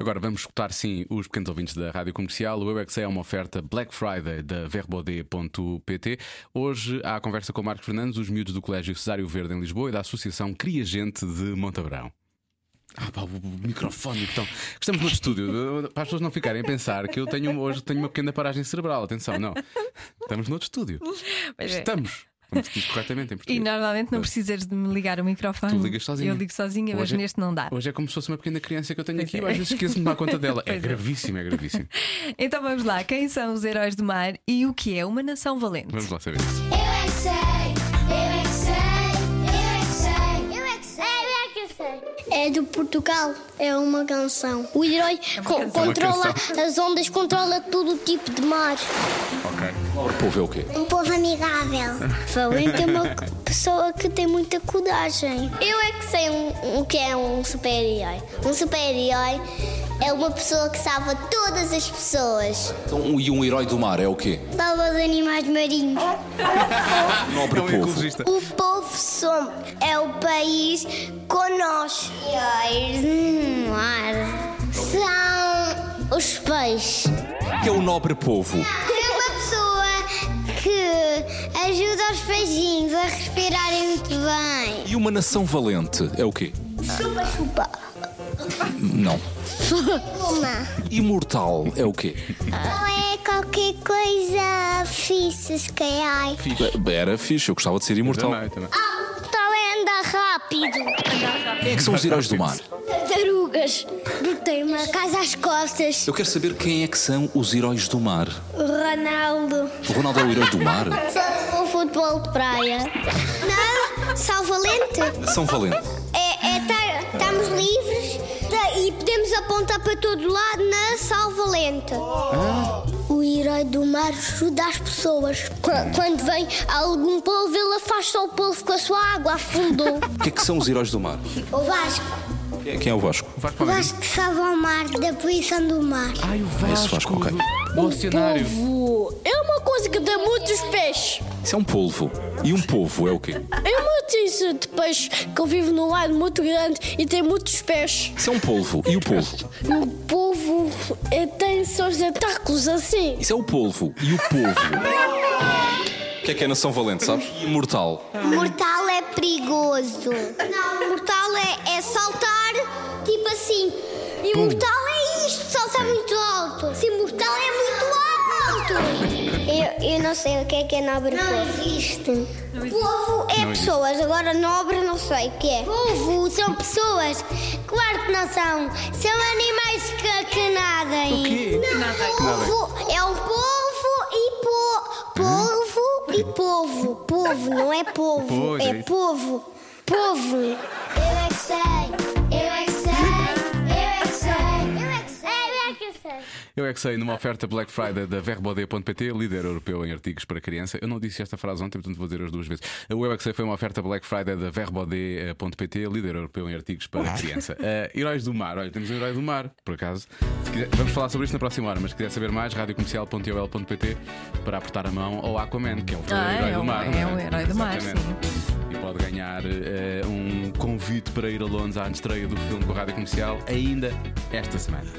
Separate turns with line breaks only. Agora vamos escutar sim os pequenos ouvintes da Rádio Comercial. O Eu é, que Sei é uma oferta Black Friday da verbode.pt. Hoje há a conversa com o Marcos Fernandes, os miúdos do Colégio Cesário Verde em Lisboa e da Associação Cria Gente de Montabrão. Ah, pá, o microfone, então. Estamos no estúdio. Para as pessoas não ficarem a pensar que eu tenho hoje tenho uma pequena paragem cerebral. Atenção, não. Estamos no outro estúdio.
Pois é.
Estamos. Como se diz corretamente em
E
português.
normalmente não precisas de me ligar o microfone.
Tu ligas sozinha.
Eu ligo sozinha, mas
Hoje é-
neste não dá.
Hoje é como se fosse uma pequena criança que eu tenho
Pois
aqui.
é.
Eu às vezes esqueço-me de dar conta dela. É
Pois é.
gravíssimo, é gravíssimo.
Então vamos lá. Quem são os heróis do mar e o que é uma nação valente?
Vamos lá saber.
Eu é que sei, eu é que sei, eu é que sei, eu é que sei, eu é que sei. É do Portugal, é uma canção. O herói co-
É uma
controla
canção.
as ondas, controla todo o tipo de mar.
Ok.
Um povo amigável. Valente é uma c- pessoa que tem muita coragem. Eu é que sei o que é um super-herói. Um super-herói é uma pessoa que salva todas as pessoas.
Então, um- e um herói do mar é o quê?
Salva os animais marinhos.
Nobre
É um
povo.
ecologista.
O povo som é o país conosco. Heróis no mar são os peixes.
O que é o nobre povo?
É uma pessoa que ajuda os peixinhos a respirarem muito bem.
E uma nação valente é o quê?
Chupa-chupa.
Não.
Uma.
Imortal é o quê?
Não é qualquer coisa fixe, se calhar.
Be- Era fixe, eu gostava de ser imortal.
Também, também.
Ah, é andar rápido.
Quem é que são os heróis do mar?
Tartarugas. Tem uma casa às costas.
Eu quero saber quem é que são os heróis do mar.
Ronaldo.
O Ronaldo é o herói do mar?
Só o futebol de praia. Não, só valente.
Nação valente.
É, é tá- estamos livres tá- e podemos apontar para todo lado na salvalente. O herói do mar ajuda as pessoas. Quando vem algum polvo, ele afasta o polvo com a sua água, afundou.
O que é que são os heróis do mar?
o Vasco.
Quem é- Quem é o Vasco?
Vasco
O
Palmeirinho.
Vasco salva o mar da poluição do mar.
Ai, o Vasco.
Esse Vasco, ok.
do- do oceanário.
Polvo é uma coisa que tem muitos peixes.
Isso é um polvo. E um povo é o quê?
É uma notícia de peixe que vive num lago muito grande e tem muitos peixes.
Isso é um polvo. E o polvo?
O polvo eh, tem seus tentáculos assim.
Isso é o polvo. E o povo? O que é que é nação valente, sabes? Imortal.
Mortal é perigoso. Não, mortal é, é saltar tipo assim. E mortal é isto, saltar muito alto. Se mortal é muito alto. Eu, eu não sei o que é que é nobre não Existe. Povo é pessoas, agora nobre não sei o que é. Povo são pessoas, claro que não são. São animais que, que nadem. O quê? Povo é o povo e po, polvo e povo. Povo, não é povo,
Pois, é
é
isso.
povo. Povo. Eu é que sei, eu é que sei, eu é que sei, eu é que sei, eu é que sei.
Eu é que sei, numa oferta Black Friday da Verbodeia.pt, líder europeu em artigos para criança. Eu não disse esta frase ontem, portanto vou dizer as duas vezes. O Eu é que sei foi uma oferta Black Friday da Verbodeia.pt, líder europeu em artigos para criança. Eh, heróis do Mar, olha, temos um Herói do Mar, por acaso. Se quiser- vamos falar sobre isto na próxima hora, mas se quiser saber mais, radiocomercial.ol.pt para apertar a mão ao Aquaman, que é o verdadeiro
Ah,
Herói
é
do
um-
Mar.
é
não
um herói do mar,
Exatamente.
sim.
E pode ganhar eh, um convite para ir a Londres à estreia do filme com a Rádio Comercial ainda esta semana.